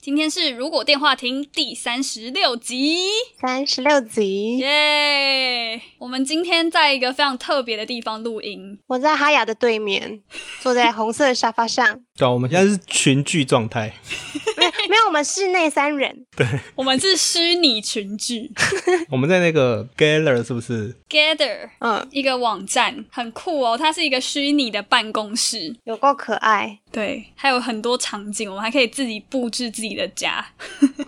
今天是《如果电话亭》第三十六集，三十六集，耶、我们今天在一个非常特别的地方录音，我在哈雅的对面，坐在红色的沙发上。对啊，我们现在是群聚状态， 没有，我们室内三人，我们是虚拟群 聚我们在那个 Gather 是不是？ Gather 嗯，一个网站，很酷哦，它是一个虚拟的办公室。有够可爱。对，还有很多场景，我们还可以自己布置自己的 家，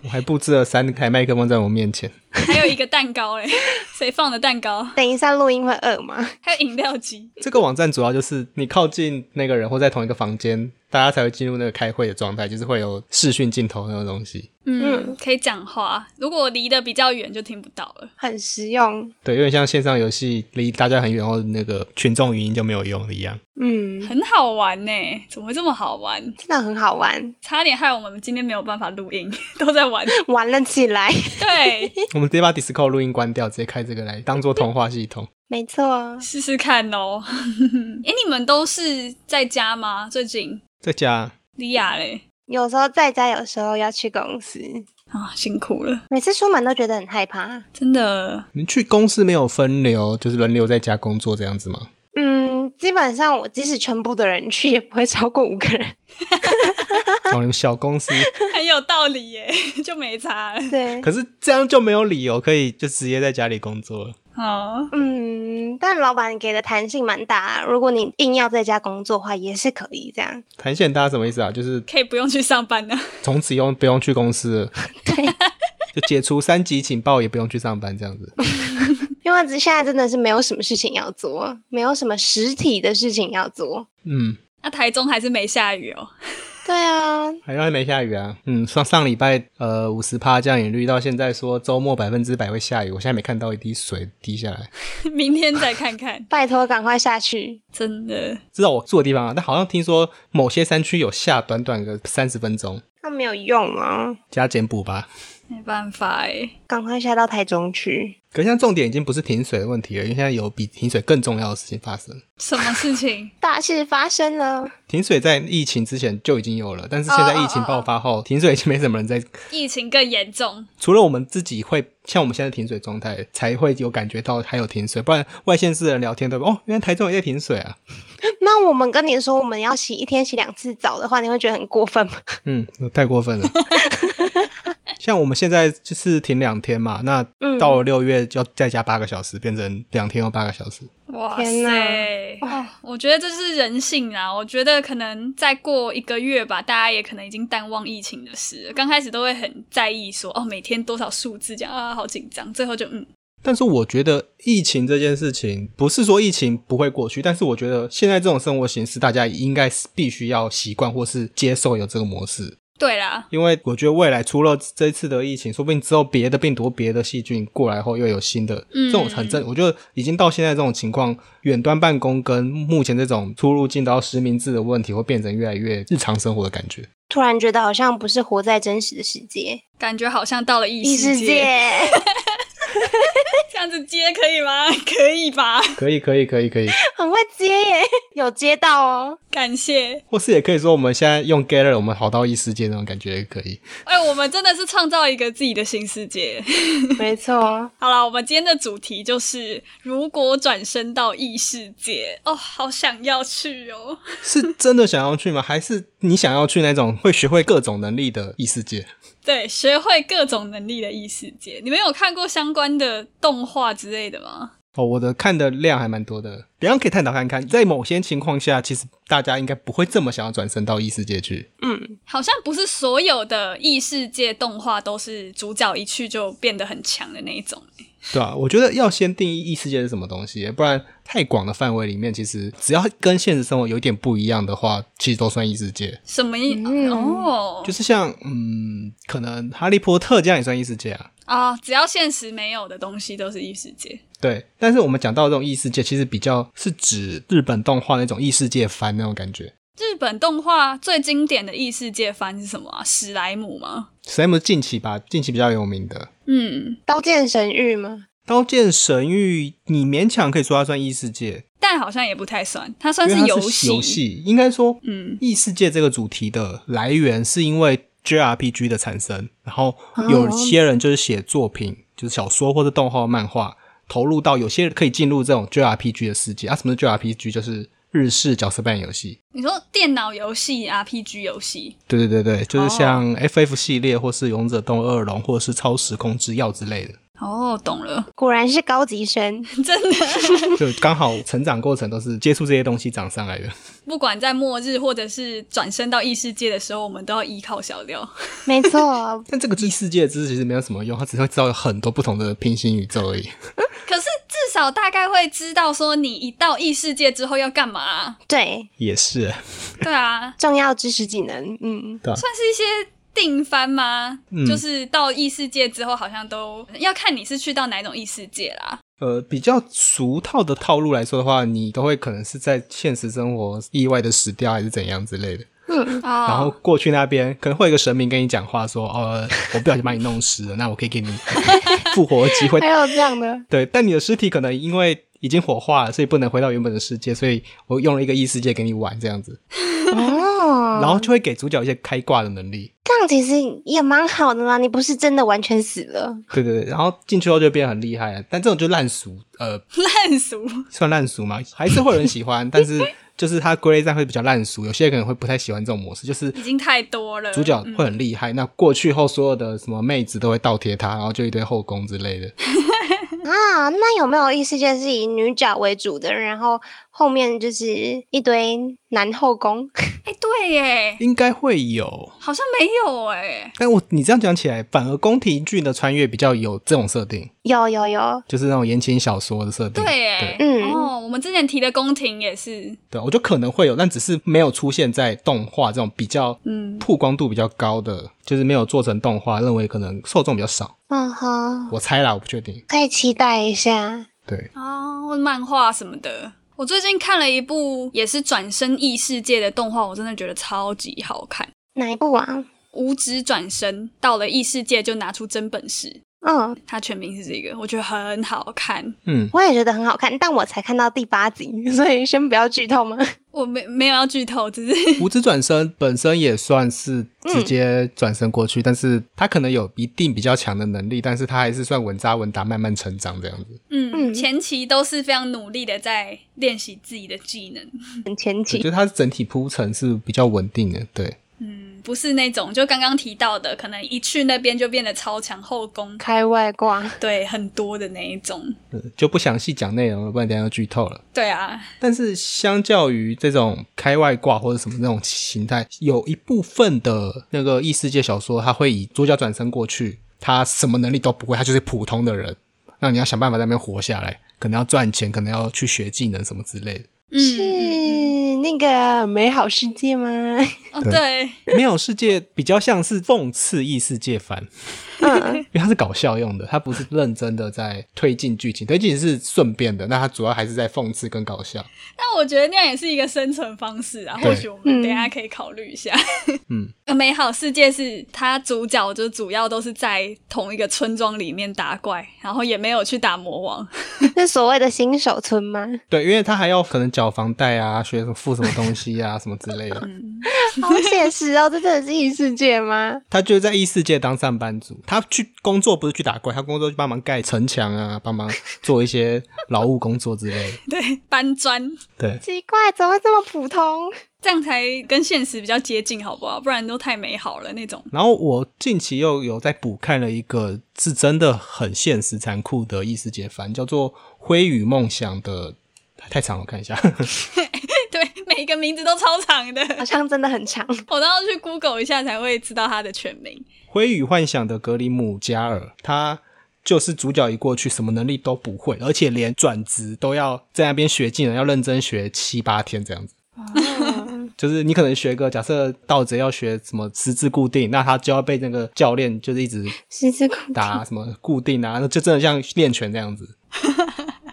我还布置了三台麦克风在我面前，还有一个蛋糕嘞，谁放的蛋糕？等一下录音会饿吗？还有饮料机，这个网站主要就是你靠近那个人或在同一个房间，大家才会进入那个开会的状态，就是会有视讯镜头那种东西。嗯，可以讲话。如果离得比较远，就听不到了。很实用。对，有点像线上游戏离大家很远后，那个群众语音就没有用了一样。嗯，很好玩呢、怎么会这么好玩？真的很好玩， 差点害我们今天没有办法录音， 都在玩。玩了起来。对，我们直接把 Discord 录音关掉，直接开这个来当做通话系统。没错，试试看哦。 哎、你们都是在家吗？最近在家莉亚嘞有时候在家，有时候要去公司，啊，辛苦了，每次出门都觉得很害怕。真的。 你去公司没有分流，就是轮流在家工作这样子吗？嗯，基本上我即使全部的人去，也不会超过五个人。哦，你们小公司。很有道理耶， 就没差了。对，可是这样就没有理由可以就直接在家里工作了。哦， 嗯，但老板给的弹性蛮大，如果你硬要在家工作的话，也是可以这样。弹性很大是什么意思啊？就是可以不用去上班了。从此用不用去公司了，对，就解除三级警报，也不用去上班这样子。 因为现在真的是没有什么事情要做，没有什么实体的事情要做。嗯，那台中还是没下雨哦。 对啊，还让没下雨啊。嗯，上上礼拜呃五十趴降雨率到现在说周末百分之百会下雨，我现在没看到一滴水滴下来。明天再看看，拜托赶快下去。真的知道我住的地方啊，但好像听说某些山区有下短短个三十分钟，那没有用啊，加减补吧。没办法哎。赶快下到台中去。可是现在重点已经不是停水的问题了，因为现在有比停水更重要的事情发生。什么事情？大事发生了，停水在疫情之前就已经有了，但是现在疫情爆发后停水已经没什么人在， 疫情更严重，除了我们自己会像我们现在停水状态，才会有感觉到还有停水，不然外县市的人聊天对吧？哦，原来台中也在停水啊， 那我们跟你说我们要洗一天洗两次澡的话，你会觉得很过分吗？嗯，太过分了。 像我们现在就是停两天嘛，那到了六月就要再加八个小时，变成两天又八个小时。哇天塞！哦，我觉得这是人性啊。我觉得可能再过一个月吧，大家也可能已经淡忘疫情的事了。刚开始都会很在意说，哦，每天多少数字这样啊，好紧张。最后就嗯，但是我觉得疫情这件事情，不是说疫情不会过去，但是我觉得现在这种生活形式，大家应该是必须要习惯或是接受有这个模式。对啦，因为我觉得未来除了这次的疫情，说不定之后别的病毒、别的细菌过来后，又有新的，嗯这种很正。我觉得已经到现在这种情况，远端办公跟目前这种出入境到实名制的问题，会变成越来越日常生活的感觉。 突然觉得好像不是活在真实的世界，感觉好像到了异异世界。这样子接可以吗？ 可以吧？可以，可以，可以，可以，很会接耶， 有接到哦。感谢。或是也可以说，我们现在用 Gather，我们好到异世界那种感觉也可以。哎、我们真的是创造一个自己的新世界。没错，哦好啦，我们今天的主题就是如果转身到异世界，哦，好想要去哦。是真的想要去吗？还是你想要去那种会学会各种能力的异世界？对，学会各种能力的异世界。你们有看过相关的动画之类的吗？哦，我的看的量还蛮多的，两样可以探讨看看。在某些情况下，其实大家应该不会这么想要转身到异世界去。嗯，好像不是所有的异世界动画都是主角一去就变得很强的那一种。对啊，我觉得要先定义异世界是什么东西，不然太广的范围里面，其实只要跟现实生活有一点不一样的话，其实都算异世界。什么意？嗯哦，就是像嗯，嗯，可能《哈利波特》这样也算异世界啊。啊、只要现实没有的东西都是异世界。对，但是我们讲到这种异世界，其实比较是指日本动画那种异世界番那种感觉。日本动画最经典的异世界番是什么啊？史莱姆吗？史莱姆是近期吧，近期比较有名的《嗯，刀剑神域吗？刀剑神域》，你勉强可以说它算异世界，但好像也不太算，它因算为是它游是游戏，应该说嗯，异世界这个主题的来源是因为 JRPG 的产生，然后有些人就是写作品，就是小说或者动画、漫画，投入到有些人可以进入这种 JRPG 的世界啊。什么是 JRPG？就是日式角色扮演游戏。你说电脑游戏、RPG 游戏，对对对对，就是哦像 FF 系列，或是《勇者斗恶龙》，或者是《超时空之钥》之类的，哦，懂了， 果然是高级生。真的。 就刚好成长过程都是接触这些东西长上来的。不管在末日或者是转身到异世界的时候，我们都要依靠小廖。没错，哦但这个异世界的知识其实没有什么用，它只会知道有很多不同的平行宇宙而已。 可是至少大概会知道说你一到异世界之后要干嘛、啊对，也是，对啊，重要知识技能。嗯，算是一些定番吗？嗯就是到异世界之后，好像都要看你是去到哪种异世界啦。呃，比较俗套的套路来说的话，你都会可能是在现实生活意外的死掉，还是怎样之类的。哦然后过去那边可能会有一个神明跟你讲话说，呃，我不小心把你弄死了，那我可以给你复活的机会还。有这样 的，对，但你的尸体可能因为已经火化了，所以不能回到原本的世界，所以我用了一个异世界给你玩这样子，哦，然后就会给主角一些开挂的能力。这样其实也蛮好的啦。你不是真的完全死了，对对对，然后进去后就变得很厉害了，但这种就烂俗，呃，烂俗，算烂俗吗？还是会有人喜 欢，但是就是它归类上会比较烂俗，有些人可能会不太喜欢这种模式，就是已经太多了。主角嗯会很厉害，那过去后所有的什么妹子都会倒贴他，然后就一堆后宫之类的。啊，那有没有异世界是以女角为主的，然后后面就是一堆男后宫？ 哎、对耶，应该会有，好像没有哎。但我你这样讲起来，反而宫廷剧的穿越比较有这种设定，有有有，就是那种言情小说的设定。对耶，对，嗯哦，我们之前提的宫廷也是，对我觉得可能会有，但只是没有出现在动画这种比较嗯，曝光度比较高的，就是没有做成动画，认为可能受众比较少。嗯哼，我猜啦，我不确定。可以期待一下。对，哦，或者漫画什么的。我最近看了一部也是转身异世界的动画，我真的觉得超级好看。哪一部啊？五指转身到了异世界就拿出真本事，嗯，它全名是这个，我觉得很好看。嗯，我也觉得很好看，但我才看到第八集， 所以先不要剧透嘛。我没没有要剧透，只 是无职转身本身也算是直接转身过去，但是他可能有一定比较强的能力，但是他还是算稳扎稳打，慢慢成长这样子。嗯，嗯前期都是非常努力的在练习自己的技能，很前我觉期，得他整体铺陈是比较稳定的，对，嗯，不是那种就刚刚提到的，可能一去那边就变得超强后宫，开外挂。对，很多的那一种。嗯就不详细讲内容了，不然等一下要剧透了。对啊，但是相较于这种开外挂或者什么那种形态，有一部分的那个异世界小说，它会以主角转身过去，他什么能力都不会，他就是普通的人，那你要想办法在那边活下来，可能要赚钱，可能要去学技能什么之类的。嗯，嗯嗯是那个美好世界吗？哦，对，没有世界比较像是讽刺异世界番，嗯， 因为它是搞笑用的，它不是认真的在推进剧情，推进是顺便的，那它主要还是在讽刺跟搞笑。但我觉得那样也是一个生存方式啊，对或许我们等一下可以考虑一下。嗯， 美好世界是它主角就主要都是在同一个村庄里面打怪，然后也没有去打魔王。是所谓的新手村吗？对，因为他还要可能缴房贷啊，学什么付什么东西啊，什么之类的。好写实哦，这真的是异世界吗？他就在异世界当上班族，他去工作不是去打怪，他工作去帮忙盖城墙啊，帮忙做一些劳务工作之类的。对，搬砖对，奇怪，怎么会这么普通？这样才跟现实比较接近，好不好？不然都太美好了那种。 然后我近期又有在补看了一个是真的很现实残酷的异世界番，叫做《灰与梦想》的，太长了，我看一下。 对，每一个名字都超长的，好像真的很长。我都要去 Google 一下才会知道它的全名。灰与幻想的格里姆加尔，他就是主角一过去，什么能力都不会，而且连转职都要在那边学技能，要认真学七八天这样子。嗯 就是你可能学个假设盗贼要学什么十字固定，那他就要被那个教练就是一直十字固定打什么固定啊，那就真的像练拳这样子，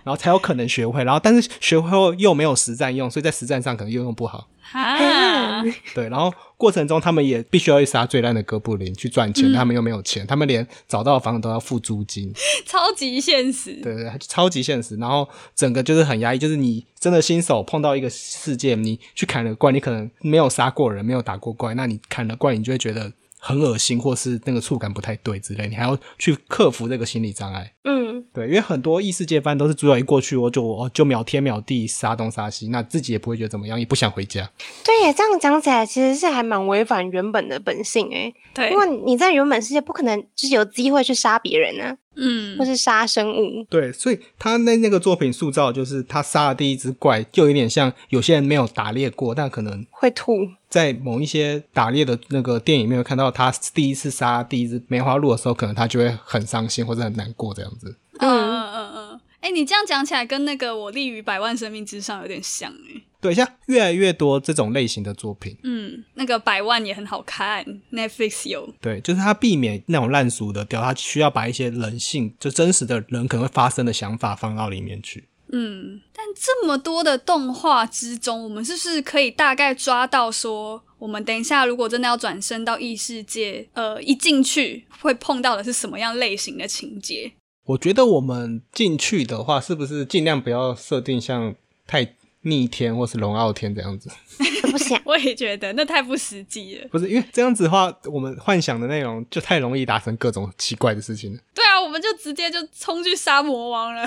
然后才有可能学会。然后但是学会后又没有实战用，所以在实战上可能又用不好。哎啊，嗯对，然后过程中他们也必须要去杀最烂的哥布林去赚钱，他们又没有钱，他们连找到的房子都要付租金。超级现实。对对，超级现实。然后整个就是很压抑，就是你真的新手碰到一个事件，你去砍了怪，你可能没有杀过人，没有打过怪，那你砍了怪，你就会觉得很恶心，或是那个触感不太对之类，你还要去克服这个心理障碍。嗯，对，因为很多异世界番都是主角一过去，我就我就秒天秒地杀东杀西，那自己也不会觉得怎么样，也不想回家。对耶，这样讲起来其实是还蛮违反原本的本性诶，对因，为你在原本世界不可能就是有机会去杀别人呢、嗯或，是杀生物。对，所以他那那个作品塑造就是他杀的第一只怪，就有点像有些人没有打猎过，但可能会吐，在某一些打猎的那个电影里面，看到他第一次杀第一只梅花鹿的时候，可能他就会很伤心或者很难过这样子。嗯嗯嗯嗯。哎、你这样讲起来，跟那个《我立于百万生命之上》有点像哎、对，像越来越多这种类型的作品，嗯，那个《百万》也很好看，Netflix 有。对，就是他避免那种烂俗的调，他需要把一些人性，就真实的人可能会发生的想法放到里面去。嗯，但这么多的动画之中，我们是不是可以大概抓到说，我们等一下如果真的要转身到异世界，呃，一进去会碰到的是什么样类型的情节？ 我觉得我们进去的话，是不是尽量不要设定像太逆天或是龙傲天这样子？不 想我也觉得那太不实际了。 不是，因为这样子的话，我们幻想的内容就太容易达成各种奇怪的事 情了。对啊，我们就直接就冲去杀魔王了。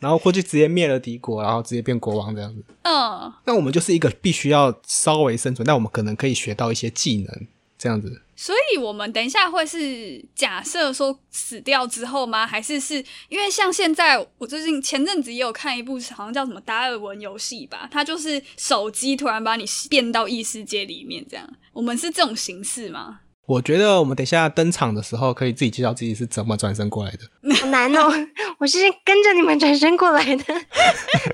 然后过去直接灭了敌国，然后直接变国王这样子。 嗯，那我们就是一个必须要稍微生存，但我们可能可以学到一些技能这样子。所以我们等一下会是假设说死掉之后吗？还是是因为像现在我最近前阵子也有看一部好像叫什么达尔文游戏吧，它就是手机突然把你变到异世界里面这样。我们是这种形式吗？我觉得我们等一下登场的时候，可以自己介绍自己是怎么转身过来的。好难哦！我是跟着你们转身过来 的，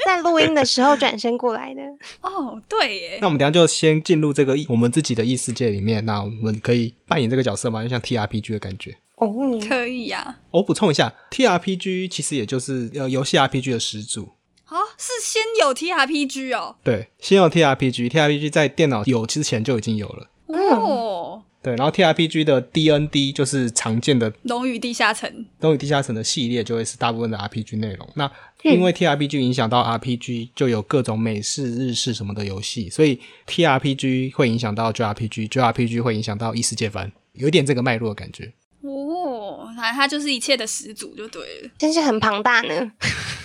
在录音的时候转身过来的。哦，对耶那，我们等一下就先进入这个我们自己的异世界里面，那我们可以扮演这个角色嘛，就像 T R P G 的感觉。哦，可以啊呀、我补充一下，T R P G 其实也就是呃游戏 R P G 的始祖。哦，是先有 T R P G 哦，对，先有 T R P G，T R P G 在电脑有之前就已经有了。哦，对，然后 T R P G 的 D N D 就是常见的龙与地下城， 《东与地下城》的系列就会是大部分的 RPG 内容。那因为 TRPG 影响到 RPG，就有各种美式、日式什么的游戏，所以 TRPG 会影响到 JRPG，JRPG 会影响到异世界番，有一点这个脉络的感觉。哦，反正它就是一切的始祖就对了。真是很庞大呢。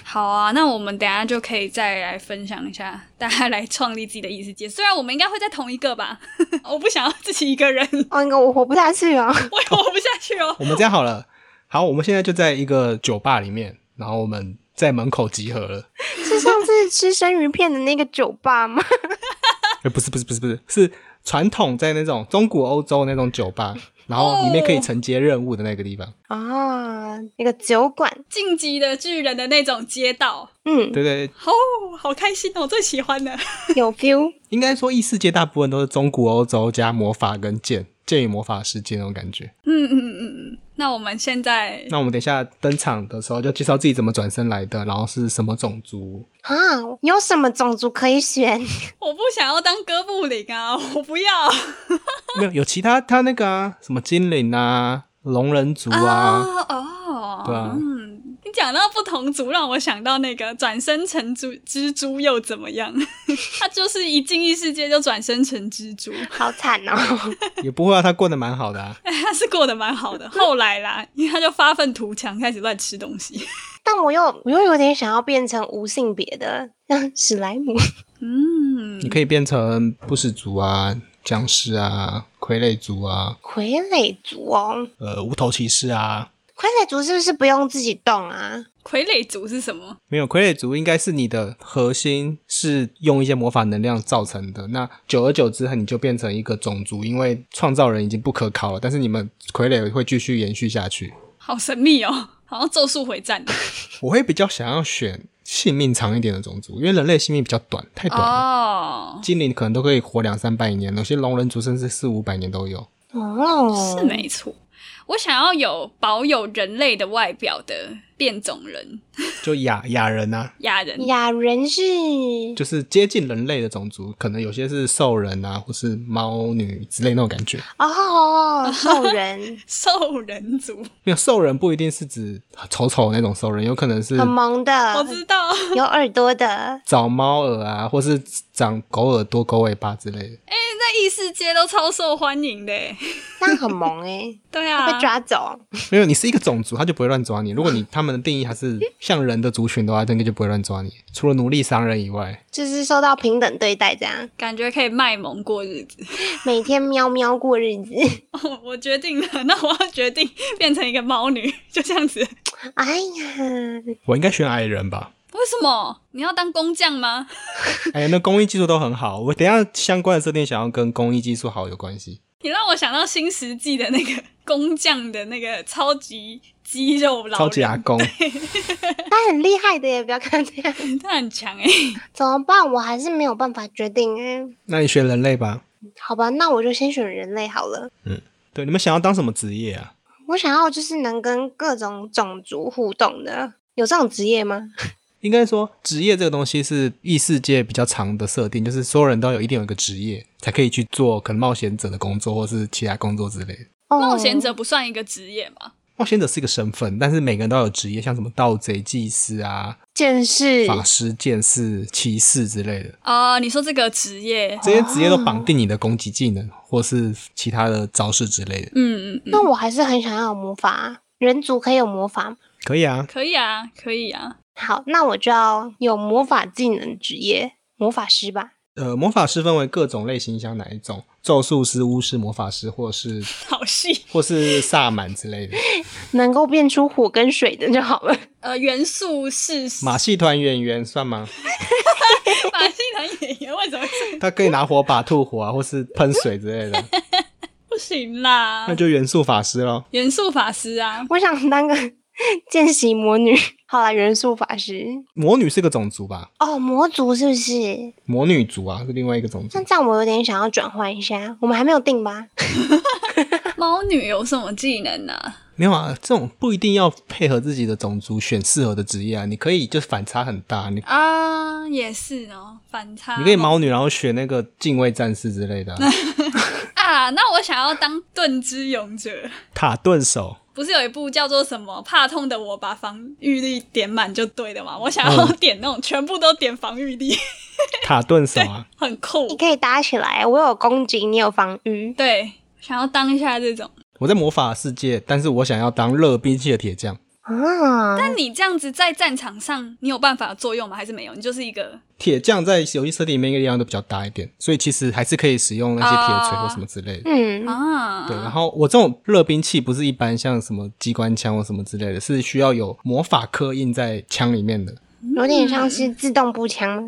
好啊，那我们等一下就可以再来分享一下，大家来创立自己的异世界。虽然我们应该会在同一个吧， 我不想要自己一个人， 我哦，我活不下去 哦。也活不下去哦。我们这样好了，好，我们现在就在一个酒吧里面，然后我们在门口集合了。是上次吃生鱼片的那个酒吧 吗？呃，不是，不是，不是，不是，是传统在那种中古欧洲那种酒 吧，然后里面可以承接任务的那个地哦方。啊，那个酒馆。晋级的巨人的那种街道，嗯，对对，哦，好开心哦，我最喜欢的。有 feel。应该说异世界大部分都是中古欧洲加魔法跟剑，剑与魔法世界那种感觉。 嗯嗯嗯嗯，那我们现在那我们等一下登场的时候就介绍自己怎么转身来的，然后是什么种 族。啊，有什么种族可以选？我不想要当哥布林啊，我不要没有有其他他那个啊，什么精灵啊、龙人族啊，哦哦，对啊嗯，你讲到不同族，让我想到那个转身成蜘蜘蛛又怎么样？ 他就是一进异世界就转身成蜘蛛，好惨哦！ 也不会啊，他过得蛮好的啊。他是过得蛮好 的。后来啦，因为他就发愤图强，开始乱吃东西。 但我又我又有点想要变成无性别的， 像史莱姆。嗯你，可以变成不死族啊、僵尸啊、傀儡族啊、傀儡族哦，呃无头骑士啊。傀儡族是不是不用自己动啊？傀儡族是什么？没有傀儡族应该是你的核心是用一些魔法能量造成的，那久而久之，你就变成一个种族，因为创造人已经不可靠了，但是你们傀儡会继续延续下去。 好神秘哦，好像咒术回战。我会比较想要选性命长一点的种族，因为人类性命比较短，太短了。哦，精灵可能都可以活两三百年，有些龙人族甚至四五百年都有。哦，是没错。我想要有保有人类的外表的变种人就亚亚人啊，亚人，雅人是就是接近人类的种族，可能有些是兽人啊，或是猫女之类那种感觉。哦，兽 人兽人族，没有兽人不一定是指丑丑那种兽人，有可能是很萌我的，知道。有耳朵的，长猫耳啊，或是长狗耳朵、狗尾巴之类的。哎、在异世界都超受欢迎的耶，那很萌 哎，对被啊，抓走。没有，你是一个种族，他就不会乱抓你。如果你他们的定义还是像人的族群的话，那个就不会乱抓你。除了奴隶商人以外，就是受到平等对待，这样感觉可以卖萌过日子。 每天喵喵过日子。哦我决定了，那我要决定变成一个猫女，就这 样子。哎呀， 我应该选矮人吧？为什么你要当工匠吗？哎呀，那工艺技术都很好。我等一下相关的设定想要跟工艺技术好有关系。你让我想到新石纪的那个 工匠的那个超级肌肉老人，超级阿公，他很厉害的耶，不要看这样，他很强哎、怎么办？我还是没有办法决定哎。那你选人类 吧。好吧，那我就先选人类好了。对，你们想要当什么职业啊？我想要就是能跟各种种族互动的，有这种职业吗？应该说，职业这个东西是异世界比较长的设定，就是所有人都有一定有一个职业，才可以去做可能冒险者的工作，或是其他工作之类的。哦 冒险者不算一个职业嘛？冒险者是一个身份，但是每个人都有职业，像什么盗贼、祭司啊、见识法师、剑士、骑士之类的，啊、你说这个职业，这些职业都绑定你的攻击技能，或是其他的招式之类的。嗯嗯嗯，那我还是很想要有魔法，人族可以有魔法吗。可以啊，可以啊，可以啊。好，那我就要有魔法技能职业，魔法师吧。呃，魔法师分为各种类型，像哪一种？咒术师、巫师、魔法师，或是好细，或是萨满之类的。能够变出火跟水的就好了。 呃，元素是马戏团演员算吗？马戏团演员为什么是他可以拿火把吐火啊，或是喷水之类的，不行啦那？就元素法师咯。元素法师啊，我想当个见习魔女。好啦，元素法师魔女是个种族吧？哦，魔族是不是？魔女族啊，是另外一个种那族。这样我有点想要转换一下，我们还没有定吧？猫女有什么技能呢、啊？没有啊，这种不一定要配合自己的种族选适合的职业啊，你可以就是反差很大，你啊，也是哦，反差。你可以猫女，然后选那个近卫战士之类的啊、啊？那我想要当盾之勇者。塔盾手。不是有一部叫做什么“怕痛的我把防御力点满就对了嘛？我想要嗯点那种、全部都点防御力，塔盾手 啊，很你 酷。可以搭起来，我有攻击，你有防御。对，想要当一下这种。我在魔法世界，但是我想要当热兵器的铁匠，啊，那你这样子在战场上，你有办法作用吗？还是没有？你就是一个铁匠在游戏设定里面应该力量都比较大一点，所以其实还是可以使用那些铁锤或什么之类的。嗯，啊，对，然后我这种热兵器不是一般像什么机关枪或什么之类的，是需要有魔法刻印在枪里面的，有点像是自动步枪。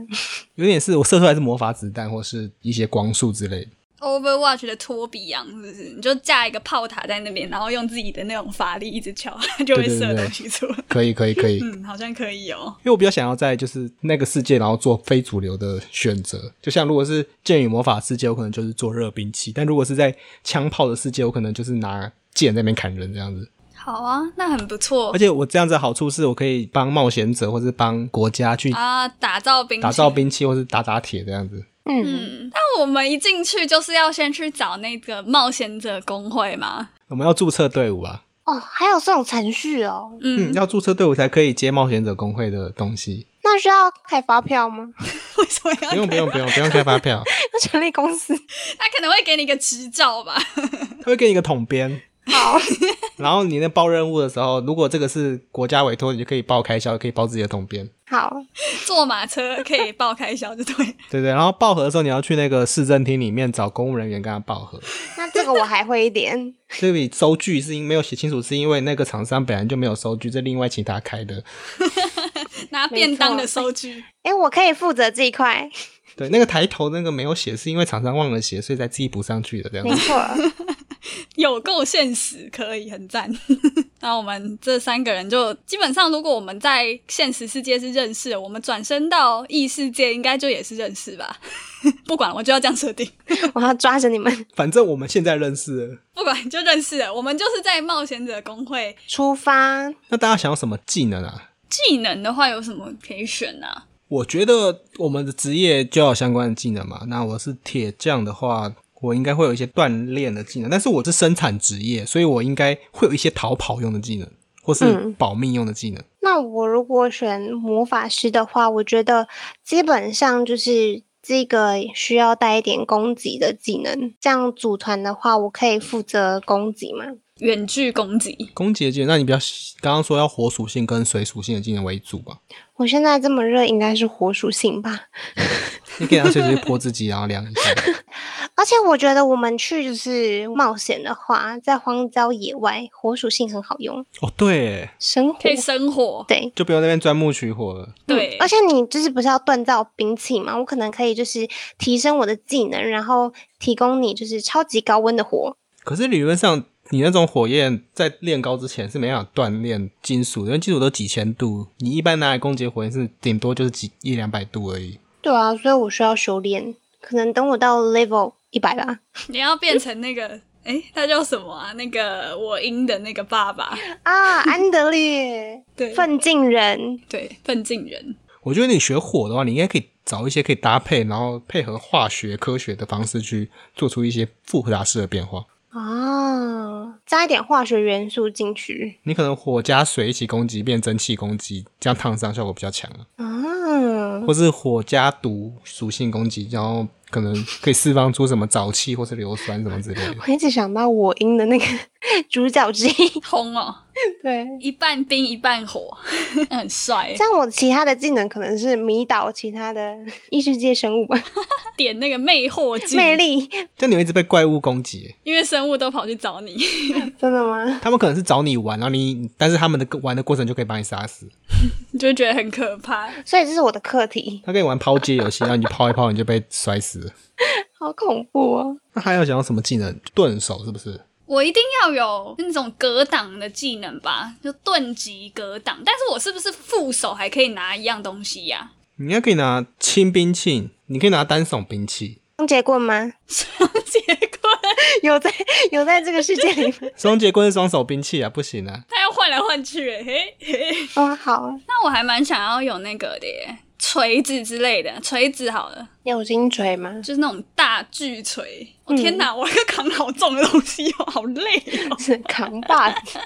有点是我射出来是魔法子弹或是一些光束之类的。 Overwatch 的托比昂是不是？你就架一个炮塔在那边，然后用自己的那种法力一直敲，就会对对射对东西出来。可以，可以，可以。嗯，好像可以哦。因为我比较想要在就是那个世界，然后做非主流的选择。就像如果是剑与魔法世界，我可能就是做热兵器；但如果是在枪炮的世界，我可能就是拿剑在那边砍人这样子。好啊，那很不错而且我这样子的好处是我可以帮冒险者或是帮国家去啊，打造兵器打造兵器，或是打打铁这样子。嗯，嗯，但我们一进去就是要先去找那个冒险者工会嘛。我们要注册队伍啊，哦，还有这种程序哦，嗯，嗯，要注册队伍才可以接冒险者工会的东 西。那需要开发票吗？ 为什么要不用不用不用不用开发 票，要成立公司？他可能会给你一个执照吧？ 他会给你一个统编。好，然后你在报任务的时候，如果这个是国家委托，你就可以报开销，也可以报自己的统编。 好，坐马车可以报开销，就 对。对对，然后报盒的时候，你要去那个市政厅里面找公务人员跟他报盒。那这个我还会一点。这笔收据是因没有写清楚，是因为那个厂商本来就没有收据，这另外请他开的。拿便当的收据，哎、我可以负责这一块， 对，那个抬头那个没有写，是因为厂商忘了写，所以才自己补上去的这样没子。错。有够现实，可以很赞。 那我们这三个人就基本上，如果我们在现实世界是认识的，我们转身到异世界应该就也是认识吧。 不管，我就要这样设定，我要抓着你们反正我们现在认识了。不管就认识了。我们就是在冒险者工会。出发。那大家想要什么技能啊？技能的话有什么可以选啊？我觉得我们的职业就要有相关的技能嘛。那我是铁匠的话，我应该会有一些锻炼的技能，但是我是生产职业，所以我应该会有一些逃跑用的技能，或是嗯保命用的技能。那我如果选魔法师的话，我觉得基本上就是这个需要带一点攻击的技能。这样组团的话，我可以负责攻击嘛？远距攻击，攻击的技能，那你比较喜刚刚说要火属性跟水属性的技能为主吧？我现在这么热，应该是火属性吧。你可以拿水去泼自己，然后量一下。而且我觉得我们去就是冒险的话，在荒郊野外，火属性很好用，哦，对，生火可以生火。对。就不用在那边钻木取火了。对，而且你就是不是要锻造兵器嘛？我可能可以就是提升我的技能，然后提供你就是超级高温的火。可是理论上，你那种火焰在炼高之前是没办法锻炼金属的，因为金属都几千度，你一般拿来攻击火焰是顶多就是几一两百度而已。对啊，所以我需要修炼，可能等我到 level 一百吧。你要变成那个，哎，他叫什么啊？那个我鹰的那个爸爸，啊，安德烈，对奋进人，对，奋进人。我觉得你学火的话，你应该可以找一些可以搭配，然后配合化学、科学的方式去做出一些复杂式的变化。啊，加一点化学元素进去你可能火加水一起攻击变蒸汽攻击，这样烫伤效果比较强啊。啊，或是火加毒属性攻击，然后可能可以释放出什么沼气或是硫酸什么之类的。我一直想到我音的那个 主角之一，轰哦，对，一半冰一半火， 那很帅耶。像我其他的技能可能是迷倒其他的异世界生物吧，点那个魅惑剂，魅，力，但你会一直被怪物攻击欸耶，因为生物都跑去找你。 真的吗？他们可能是找你玩，然后你，但是他们的玩的过程就可以把你杀死。你就会觉得很可怕。所以这是我的课题，他跟你玩抛接游戏，然后你就抛一抛，你就被摔死了。好恐怖哦！那还有想要什么技能？盾手是不是？我一定要有那种格挡的技能吧，就盾级格挡。但是我是不是副手还可以拿一样东西呀、你应该可以拿轻兵器，你可以拿单手兵器。双节棍吗？ 结果有在有在这个世界里吗？ 双节棍是双手兵器啊，不行啊。他要换来换去、欸，嘿嘿。哇、哦好，啊那我还蛮想要有那个的耶，锤子之类的，锤子好了，有金锤吗？就是那种大巨锤。我、嗯天哪，我要扛好重的东西 哦，好累哦，是扛把子，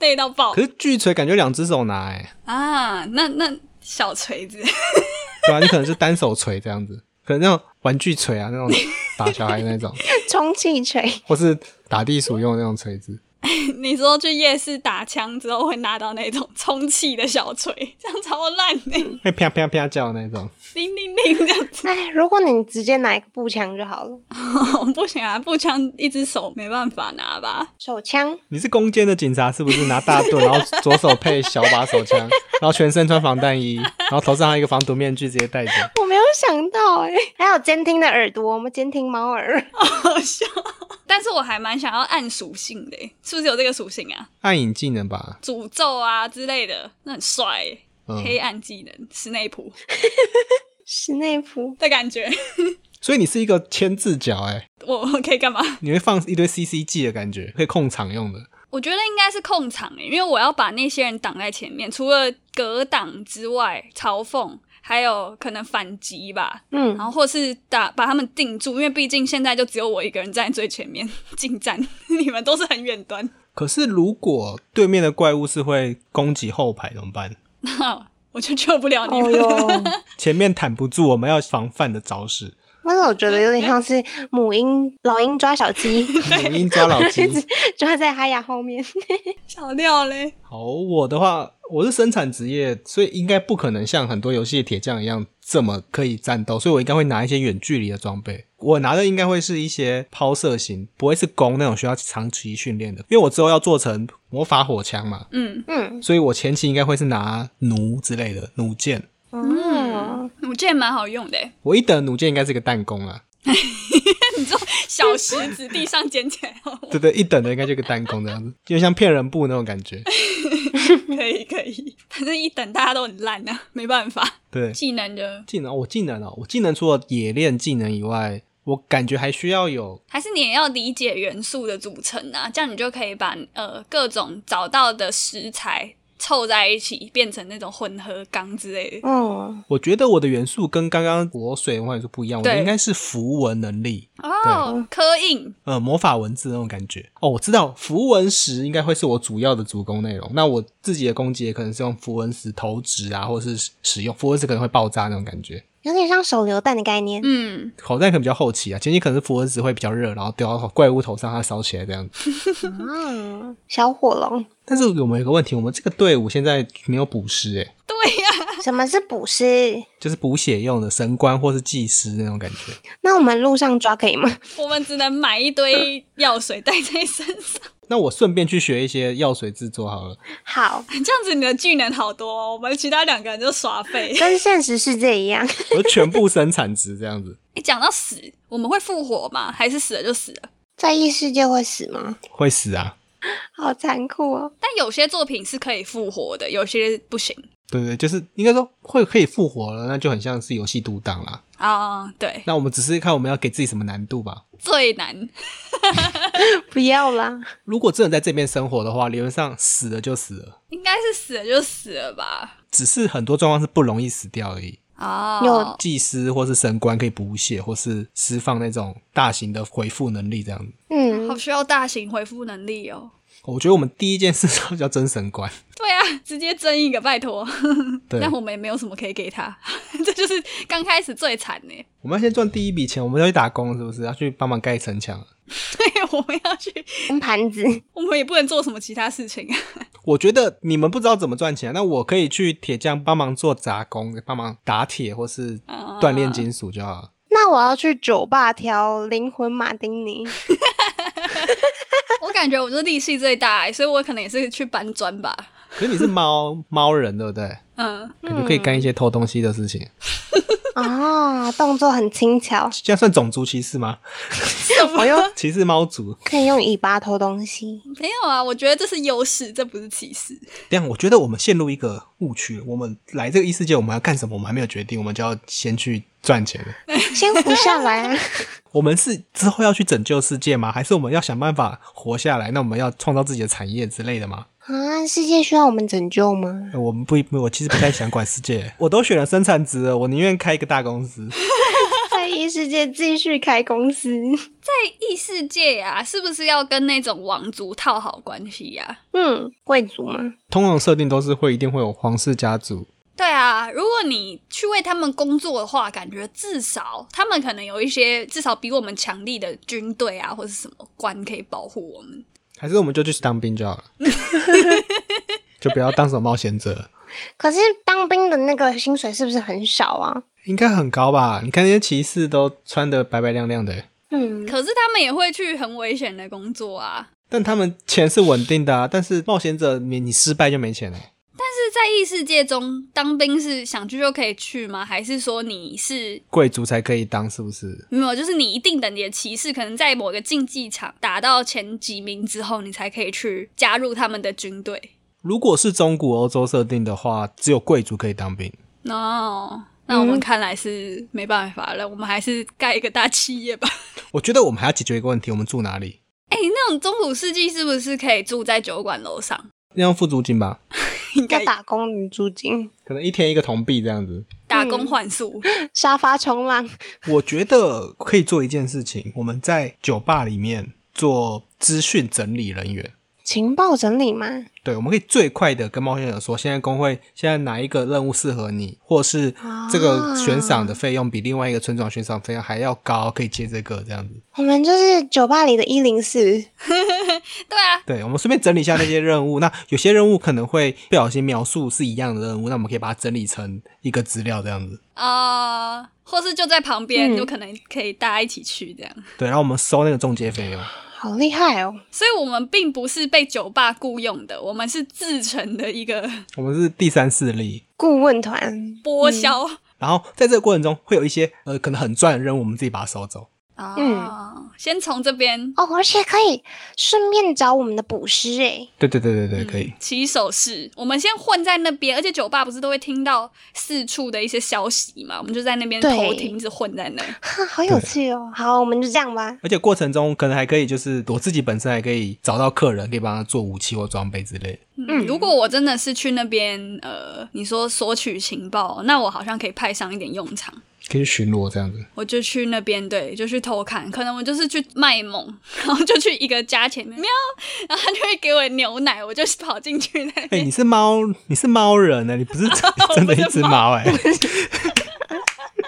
累到爆可是巨锤感觉两只手拿、欸，啊！那那小锤子， 对吧、啊你可能是单手锤这样子，可能那种玩具锤啊，那种打小孩那 种。 充气锤。或是打地鼠用的那种锤子。你说去夜市打枪之后会拿到那种充气的小锤，这样超烂的、会啪啪啪叫的那种， 叮叮叮这样子。哎，如果你直接拿一个步枪就好了，哦 不行啊，步枪一只手没办法拿吧？手枪你是攻坚的警察是不是？拿大盾，然后左手配小把手枪，然后全身穿防弹衣，然后头上还有一个防毒面具，直接戴着。我没有想到哎、还有监听的耳朵，我们监听猫耳，好笑。 但是我还蛮想要按属性的耶，是不是有这个属性啊？暗影技能吧，诅咒啊之类的，那很帅耶、嗯，黑暗技能，史内普史内普的感觉， 所以你是一个千字脚哎、我我可以干嘛？你会放一堆 CC 技的感觉，可以控场用的。我觉得应该是控场欸耶，因为我要把那些人挡在前面，除了格挡之外，嘲讽还有可能反击吧，嗯然，后或是打把他们定住，因为毕竟现在就只有我一个人站在最前面 近战，你们都是很远端。可是如果对面的怪物是会攻击后排怎么办？那我就救不了你哦们哟，了。 前面挡不住，我们要防范的招式，我老觉得有点像是母鹰老鹰抓小鸡，母鹰抓老一鸡。直抓在哈雅后面，小料嘞，好，我的话，我是生产职业，所以应该不可能像很多游戏的铁匠一样这么可以战斗，所以我应该会拿一些远距离的装备。我拿的应该会是一些抛射型，不会是弓那种需要长期训练的，因为我之后要做成魔法火枪嘛，嗯嗯所以我前期应该会是拿弩之类的弩箭。嗯，弩箭蛮好用的耶，欸啊我一等弩箭应该是个弹弓啦，小石子地上捡起来，哦对对，一等的应该就个弹弓这样子，就像骗人布那种感觉。可以可以，反正一等大家都很烂啊，没办法。 对，技能的技能我技能啊，我技能除了冶炼技能以外，我感觉还需要有还是你也要理解元素的组成啊，这样你就可以把呃各种找到的食材凑在一起，变成那种混合钢之类的。嗯，我觉得我的元素跟刚刚我水文化元素不一样，我的对应该是符文能力，哦，刻印呃，魔法文字那种感觉。哦，我知道符文石应该会是我主要的主攻内容。那我自己的攻击也可能是用符文石投掷啊，或者是使用符文石可能会爆炸那种感觉。有点像手榴弹的概念。嗯，口袋可能比较后期啊，前期可能是符文石会比较热，然后丢到怪物头上，它烧起来这样子。嗯，小火龙，但是我们有个问题，我们这个队伍现在没有捕食、欸，诶，对呀、 什么是捕食？就是补血用的神官或是祭司那种感觉。那我们路上抓可以吗？ 我们只能买一堆药水带在身上，那我顺便去学一些药水制作好了。好，这样子你的技能好多、哦，我们其他两个人就耍废。 跟现实世界一样，我全部生产值这样子，一讲到死，我们会复活吗？还是死了就死了？在异世界会死吗？会死啊！好残酷哦！但有些作品是可以复活的，有些不行对对，就是应该说会可以复活了，那就很像是游戏独挡啦。啊、对，那我们只是看我们要给自己什么难度吧。最难 不要啦，如果真的在这边生活的话，理论上死了就死了，应该是死了就死了吧？只是很多状况是不容易死掉而已。啊、有祭司或是神官可以补血，或是释放那种大型的回复能力这样子。好嗯，需要大型回复能力哦。我觉得我们第一件事 是要争神官，对啊，直接争一个，拜托。对，但我们也没有什么可以给他， 这就是刚开始最惨呢。 我们要先赚第一笔钱，我们要去打工，是不是？要去帮忙盖城墙。啊对，我们要去，跟盘子， 我们也不能做什么其他事情 啊。我觉得你们不知道怎么赚钱，那我可以去铁匠帮忙做杂工，帮忙打铁或是锻炼金属就好了。那我要去酒吧调灵魂马丁 尼，我感觉我是力气最大欸，所以我可能也是去搬砖吧。可是你是猫猫人，对不对？嗯，感觉可以干一些偷东西的事情，啊，动作很轻巧，这样算种族歧视吗？我又歧视猫族？可以用尾巴偷东 西。没有啊，我觉得这是优势，这不是歧视。这样，我觉得我们陷入一个误区。我们来这个异世界，我们要干什么？我们还没有决定，我们就要先去赚钱了。先活下来 啊！我们是之后要去拯救世界吗？还是我们要想办法活下来？那我们要创造自己的产业之类的吗？啊，世界需要我们拯救吗？呃我们不，我其实不太想管世界。 我都选了生产值了，我宁愿开一个大公司。在异世界继续开公司？在异世界呀、是不是要跟那种王族套好关系啊呀、嗯，贵族吗？通常设定都是会一定会有皇室家族，对啊，如果你去为他们工作的话，感觉至少他们可能有一些至少比我们强力的军队啊，或是什么官可以保护我们。还是我们就去当兵就好了，就不要当什么冒险者了。可是当兵的那个薪水是不是很少啊？应该很高吧？你看那些骑士都穿的白白亮亮的，嗯，可是他们也会去很危险的工作啊，但他们钱是稳定的啊。但是冒险者，你你失败就没钱了。是在异世界中当兵是想去就可以去吗？还是说你是贵族才可以当，是不是？没有？就是你一定等级的骑士，可能在某个竞技场打到前几名之后，你才可以去加入他们的军队。如果是中古欧洲设定的话，只有贵族可以当兵。 no,，那我们看来是没办法了，我们还是盖一个大企业吧。我觉得我们还要解决一个问题：我们住哪里？哎、那种中古世纪是不是可以住在酒馆楼上？ 要用付租金吧，应 该要打工女租金，可能一天一个铜币这样子。打工换宿。 沙发冲浪，我觉得可以做一件事情，我们在酒吧里面做资讯整理人员。情报整理吗？对，我们可以最快的跟冒险者说，现在工会现在哪一个任务适合你，或是这个悬赏的费用比另外一个村庄悬赏费用还要高，可以接这个这样子。我们就是酒吧里的一零四， 对啊，对，我们顺便整理一下那些任务。那有些任务可能会不小心描述是一样的任务，那我们可以把它整理成一个资料这样子。啊、或是就在旁边，嗯有可能可以大家一起去这样。对，然后我们收那个中介费用。好厉害哦！所以我们并不是被酒吧雇佣的，我们是自成的一个嗯我们是第三势力。顾问团剥削。然后在这个过程中，会有一些呃可能很赚的任务，我们自己把它收走。啊、嗯先从这边哦，而且可以顺便找我们的捕师哎诶，对对对对对，嗯可以。起手式，我们先混在那边，而且酒吧不是都会听到四处的一些消息嘛，我们就在那边对偷听，一直混在那。哈，好有对趣哦。好，我们就这样吧。而且过程中可能还可以，就是我自己本身还可以找到客人，可以帮他做武器或装备之类的。嗯，如果我真的是去那边，呃，你说索取情报，那我好像可以派上一点用场。可以去巡逻这样子。我就去那边，对，就去偷看，可能我就是去卖萌， 然后就去一个家前面喵，然后他就会给我牛奶，我就跑进去那哎、边。你是猫，你是猫人啊呢、你哦不是 真的一只猫哎、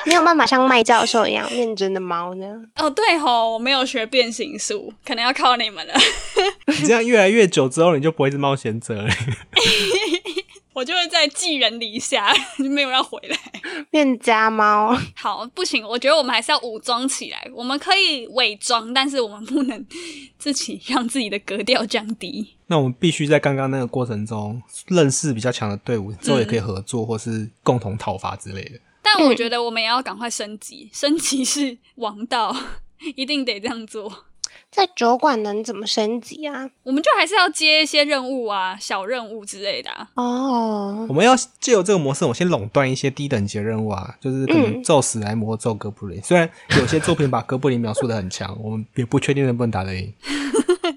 没有办法像麦教授一样认真的猫呢。 哦，对吼，我没有学变形术，可能要靠你们了。 你这样越来越久之后，你就不会是冒险者了。我就会在寄人篱下， 就没有要回来。变家猫，好，不行，我觉得我们还是要武装起来。我们可以伪装，但是我们不能自己让自己的格调降低。那我们必须在刚刚那个过程中认识比较强的队伍，之后也可以合作或是共同讨伐之类的。但我觉得我们也要赶快升级，升级是王道， 一定得这样做。在酒馆能怎么升级啊？我们就还是要接一些任务啊，小任务之类的啊、 哦， 我们要借由这个模式，我先垄断一些低等级的任务啊，就是可能嗯宙斯来魔咒哥布林。虽然有些作品把哥布林描述的很强，我们也不确定能不能打得赢。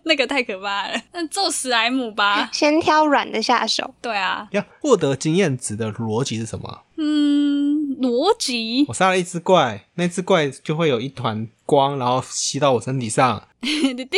那个太可怕了。那揍史莱姆吧，先挑软的下手。对啊，呀，获得经验值的逻辑是什么啊？嗯，逻辑 我杀了一只怪，那只怪就会有一团光，然后吸到我身体上，滴滴滴滴，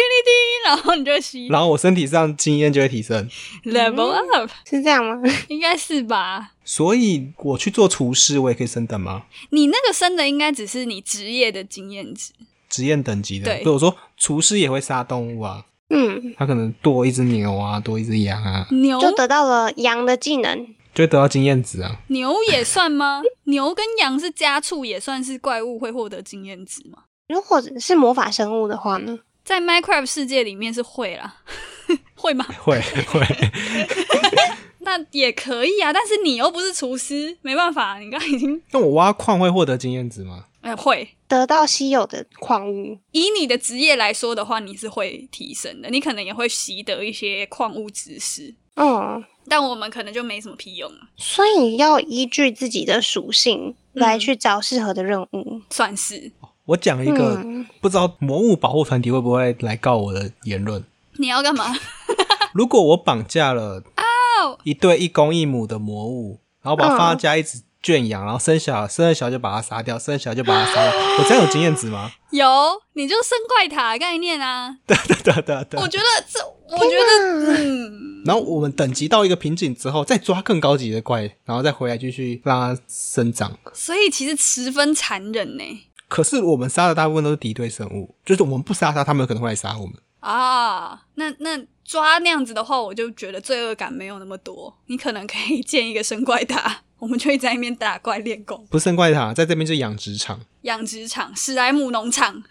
然后你就吸然后我身体上经验就会提升。 level up，是这样吗？ 应该是吧？所以我去做厨师，我也可以升等吗？你那个升的应该只是你职业的经验值，职业等级的，对所以我说厨师也会杀动物啊，嗯，他可能剁一只牛啊，剁一只羊啊，牛就得到了羊的技能。就会得到经验值啊。牛也算吗？ 牛跟羊是家畜，也算是怪物会获得经验值吗？如果是魔法生物的话呢？在 Minecraft 世界里面是会啦，会吗？ 会会，那也可以啊，但是你又不是厨师，没办法，你刚刚已经那我挖矿会获得经验值吗？呃会。得到稀有的矿物，以你的职业来说的话，你是会提升的，你可能也会习得一些矿物知识，嗯，但我们可能就没什么屁用啊了，所以要依据自己的属性来去找适合的任务。算是。我讲一个、嗯不知道魔物保护团体会不会来告我的言论。你要干嘛？如果我绑架了哦嗯一对一公一母的魔物，然后把它放在家一直圈养，然后生小生了小就把它杀掉，生了小就把它 杀掉，我这样有经验值吗？ 有，你就生怪塔的概念啊。对对对对对我。觉得这，我觉得，嗯，然后我们等级到一个瓶颈之后，再抓更高级的怪，然后再回来继续让它生长。所以其实十分残忍呢可是我们杀的大部分都是敌对生物，就是我们不杀它，它们有可能会来杀我们。啊。那那抓那样子的话，我就觉得罪恶感没有那么多。你可能可以建一个生怪塔， 我们就会在那边打怪练功，不是生怪塔，在这边就是养殖场，养殖场、史莱姆农场。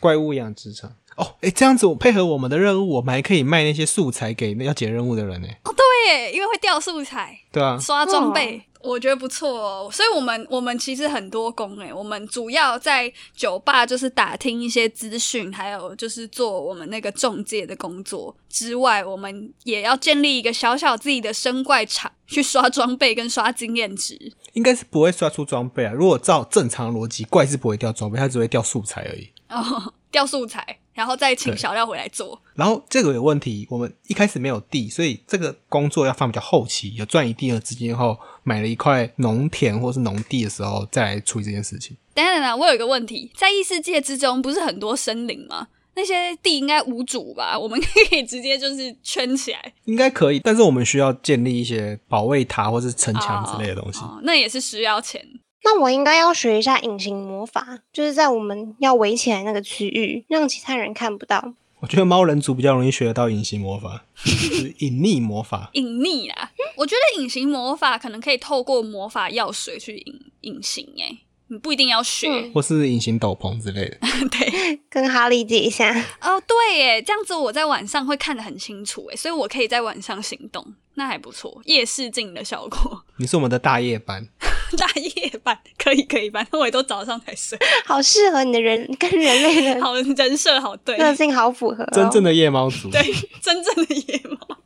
怪物养殖场。哦，诶，这样子我配合我们的任务，我们还可以卖那些素材给那要解任务的人呢。对，因为会掉素材，对啊，刷装备。我觉得不错哦，所以我们我们其实很多工欸诶、我们主要在酒吧就是打听一些资讯，还有就是做我们那个中介的工作之外，我们也要建立一个小小自己的生怪场，去刷装备跟刷经验值。应该是不会刷出装备啊。如果照正常逻辑，怪是不会掉装备，它只会掉素材而已。哦， 掉素材，然后再请对小廖回来做。然后这个有问题，我们一开始没有地，所以这个工作要放比较后期，有赚一定的资金后，买了一块农田或是农地的时候，再来处理这件事情。等一下等等，我有一个问题，在异世界之中不是很多森林吗？那些地应该无主吧？我们 可以直接就是圈起来，应该可以，但是我们需要建立一些保卫塔或是城墙之类的东西。哦哦那也是需要钱。那我应该要学一下隐形魔法，就是在我们要围起来那个区域，让其他人看不到。我觉得猫人族比较容易学得到隐形魔法，就是隐匿魔法。隐匿啦，我觉得隐形魔法可能可以透过魔法药水去隐隐形、欸，你不一定要学。嗯或是隐形斗篷之类的，对，跟哈利借一下， 哦，对，耶，这样子我在晚上会看得很清楚，哎，所以我可以在晚上行动，那还不错，夜视镜的效果。 你是我们的大夜班，大夜班可以可以，反正我也都早上才睡。好适合你的人跟人类的 好人设好对，个性好符合哦、真正的夜猫族。对， 真正的夜猫。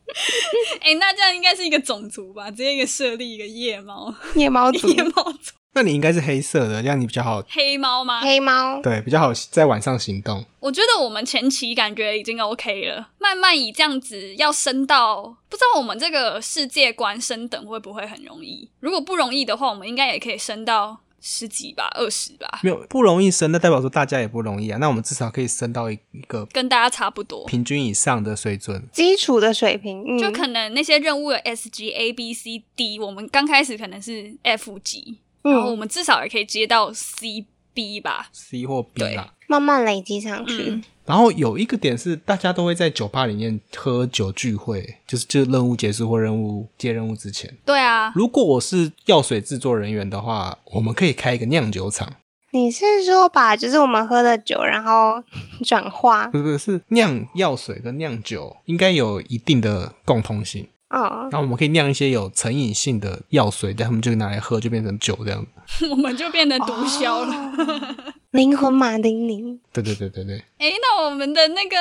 哎、那这样应该是一个种族吧？直接一个设立一个 夜猫，夜猫族、夜猫族，那你应该是黑色的，这样你比较好，黑猫吗？黑猫，对，比较好在晚上行动。我觉得我们前期感觉已经 OK 了，慢慢以这样子要升到，不知道我们这个世界观升等会不会很容易？如果不容易的话，我们应该也可以升到十几吧、二十吧，没有不容易升，那代表说大家也不容易啊。那我们至少可以升到一一个跟大家差不多。平均以上的水准。基础的水平，嗯、就可能那些任务有 S 级、A、B、C、D，我们刚开始可能是 F 级，然后我嗯，们至少也可以接到 C、B 吧。 C 或 B 啦。慢慢累积上去。嗯然后有一个点是，大家都会在酒吧里面喝酒聚会，就是就是任务结束或任务接任务之前。对啊， 如果我是药水制作人员的话，我们可以开一个酿酒厂，你是说把就是我们喝的酒，然后 转化？不 是不是是酿药水跟酿酒应该有一定的共通性。哦，那我们可以酿一些有成瘾性的药水，但他们就拿来喝，就变成酒这样。我们就变得毒枭了。哦灵魂马丁尼，对对对对对，哎、那我们的那个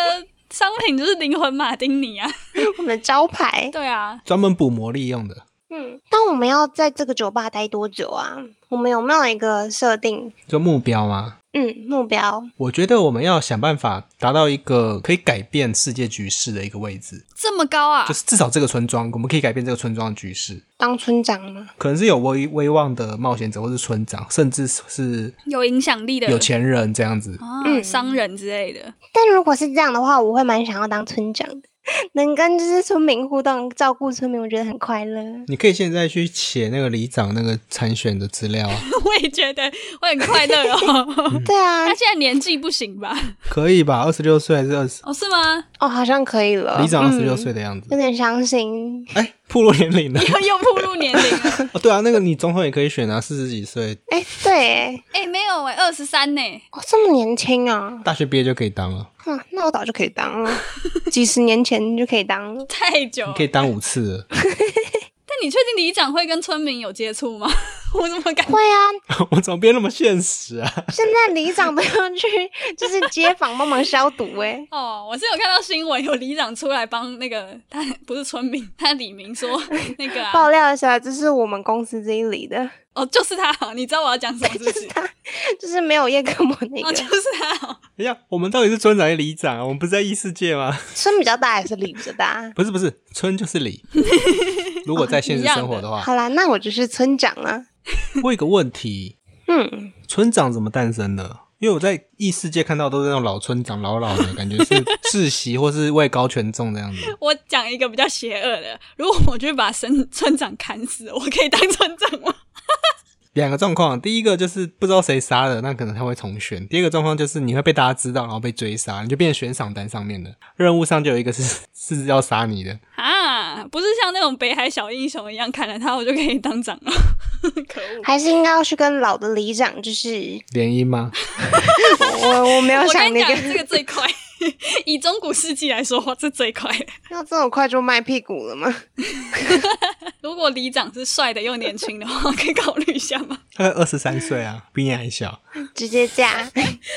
商品就是灵魂马丁 尼啊。我们的招牌。对啊，专门补魔力用的。嗯，但我们要在这个酒吧待多久啊？我们有没有一个设定？就目标吗？嗯，目标我觉得我们要想办法达到一个可以改变世界局势的一个位置，这么高啊就！是至少这个村庄，我们可以改变这个村庄的局势。当村长吗？可能是有威威望的冒险者，或是村长，甚至是有影响力的有钱人这样子。啊，嗯商人之类的， 但如果是这样的话，我会蛮想要当村长的，能跟就是村民互动，照顾村民，我觉得很快乐。你可以现在去写那个里长那个参选的资料啊，我也觉得我很快乐嗯哦。对啊他，现在年纪不行吧？可以吧？二十六岁还是二十？哦，是 吗？哦，好像可以了。里长二十嗯六岁的样子有。点伤心。哎，步入年龄了。又又步入年龄了。 哦，对啊，那个你总统也可以选啊，四十几岁，哎，对耶，哎、没有哎、二十三呢。哦，这么年轻啊！大学毕业就可以当了，哼，那我早就可以当了，几十年前就可以当了。太久你了。可以当五次了。但你确定里长会跟村民有接触吗？ 我怎么感会啊， 我怎么变那么现实啊？现在里长都要去，就是街坊帮忙消毒哎、哦，我是有看到新闻，有里长出来帮那个他不是村民，他李明说那 个啊，爆料一下，这是我们公司这一里的，哦，就是他哦，你知道我要讲什 么是不是？就是没有叶克膜那哦，就个是他哦，等一下，哎我们到底是村长还是里长啊？我们不是在异世界吗？ 村比较大还是里比较大？不是不是，村就 是里。如果在现实生活的话，好啦，那我就是村长啊了。我有个问题，嗯，村长怎么诞生的？因为我在异世界看到都是那种老村长，老老的感觉是 世袭或是位高权重这样子。我讲一个比较邪恶的，如果我去把村村长砍死，我可以当村长吗？ 两个状况，第一个就是不知道谁杀的，那可能他会重选；第二个状况就是你会被大家知道，然后被追杀，你就变成悬赏单上面的任务上就有一个是 是要杀你的。啊，不是像那种北海小英雄一样砍了他，我就可以当长了，可恶！还是应该要去跟老的里长，就是联姻吗？我我没有我想跟你那讲，个，这个最快。 以中古世纪来说，哇，这最快。 要这么快就卖屁股了吗？ 如果里长是帅的又年轻的话，可以考虑一下吗？大概二十三岁啊，比你还小。直接 嫁，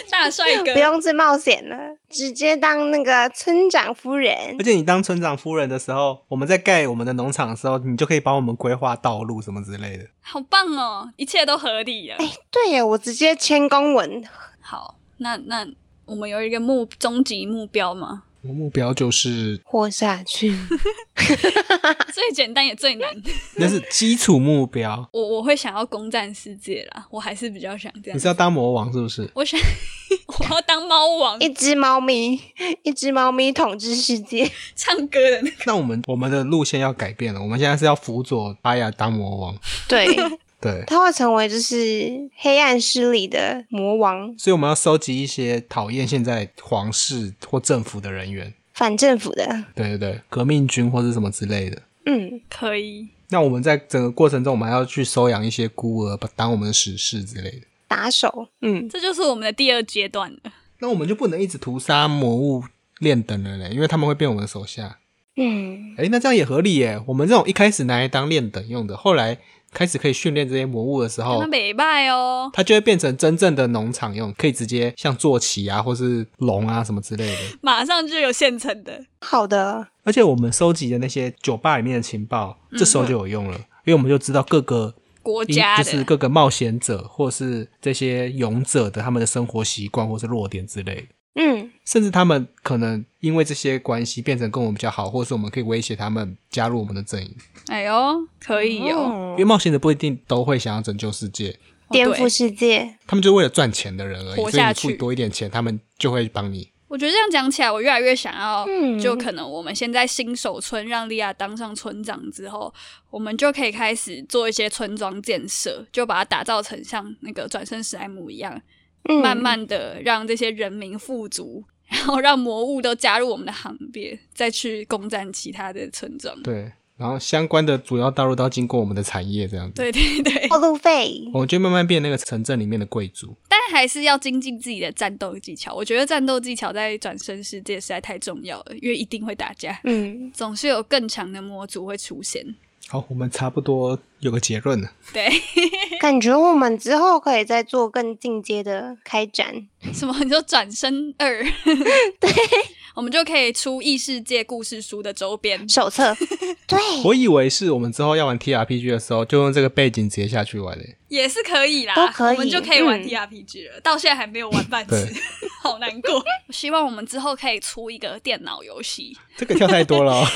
大帅哥不，用去冒险了，直接当那个村长夫人而。且你当村长夫人的时候，我们在盖我们的农场的时候，你就可以帮我们规划道路什么之类的。好棒哦，一切都合理了。对耶，我直接签公文，好，那那我们有一个目终极目 标吗？我目标就是，活下 去。最简单也最难。那是基础目标。我我会想要攻占世界啦，我还是比较想这 你样是。要当魔王是不 是？我想 我要当猫王，一只猫咪，一只猫咪统治世界。唱歌的那个。那我们我们的路线要改变了，我们现在是要辅佐阿雅当魔王。对，对，它会成为就是黑暗势力的魔王，所以我们要收集一些讨厌现在皇室或政府的人员，反政府的。对对对，革命军或是什么之类的。嗯， 可以，那我们在整个过程中，我们还要去收养一些孤儿，把当我们的使士之类的。打手。嗯，这就是我们的第二阶段了。那我们就不能一直屠杀魔物练等人嘞，因为他们会变我们的手下。嗯，诶，那这样也合理耶。我们这种一开始拿来当练等用的，后来开始可以训练这些魔物的时候那，美拜哦。它就会变成真正的农场用，可以直接像坐骑啊，或是龙啊什么之类的。马上就有现成的，好的，而且我们收集的那些酒吧里面的情报，嗯这时候就有用了，因为我们就知道各个国因家就的，是各个冒险者或是这些勇者的他们的生活习惯或是弱点之类的。嗯，甚至他们可能因为这些关系变成跟我们比较好，或是我们可以威胁他们加入我们的阵营。哎呦，可以哦，因哦为冒险者不一定都会想要拯救世界，颠对覆世界，他们就为了赚钱的人而已，活所以下你去嗯付多一点钱，他们就会帮你。我觉得这样讲起来，我越来越想要，嗯就可能我们现在新手村让莉亚当上村长之后，我们就可以开始做一些村庄建设，就把它打造成像那个转身史莱姆一样，嗯，慢慢的让这些人民富足， 然后让魔物都加入我们的行列，再去攻占其他的村庄。对，然后相关的主要道路都要经过我们的产业这样子。，对 对对，过路费，哦我就慢慢变那个城镇里面的贵族。但还是要精进自己的战斗技巧。我觉得战斗技巧在转身世界实在太重要了，因为一定会打架，嗯，总是有更强的魔族会出现。好，我们差不多有个结论了。对，感觉我们之后可以再做更进阶的开展，什么？你说转身二？对，我们就可以出异世界故事书的周边。手 册，对，哎我以为是我们之后要玩 TRPG 的时候，就用这个背景直接下去玩嘞。也是可以啦，都可以我们就可以玩嗯 TRPG 了。到现在还没有玩半次对， 好难过。我希望我们之后可以出一个电脑游戏，这个跳太 多了、哦。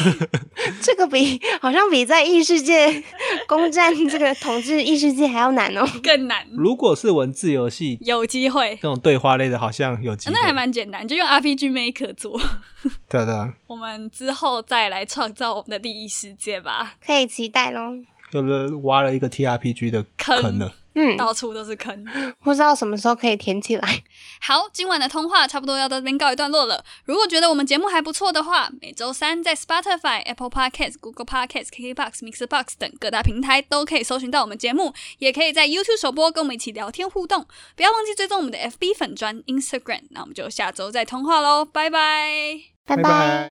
这个比好像比在异世界攻占这个统治异世界还要难哦。更难，如果是文字游戏有机会这。种对话类的，好像有机啊会。那还蛮简单，就用 RPG Maker 做。对啊对啊，我们之后再来创造我们的利益世界吧，可以期待喽。有了挖了一个 TRPG 的坑坑了。嗯，到处都是坑。不知道什么时候可以填起来。好，今晚的通话差不多要到这边告一段落了。如果觉得我们节目还不错的话，每周三在 Spotify、Apple Podcasts、Google Podcasts、KKBox、Mixbox 等各大平台都可以搜寻到我们节目，也可以在 YouTube 首播跟我们一起聊天互动。不要忘记追踪我们的 FB 粉砖、Instagram。那我们就下周再通话喽，拜拜。拜拜。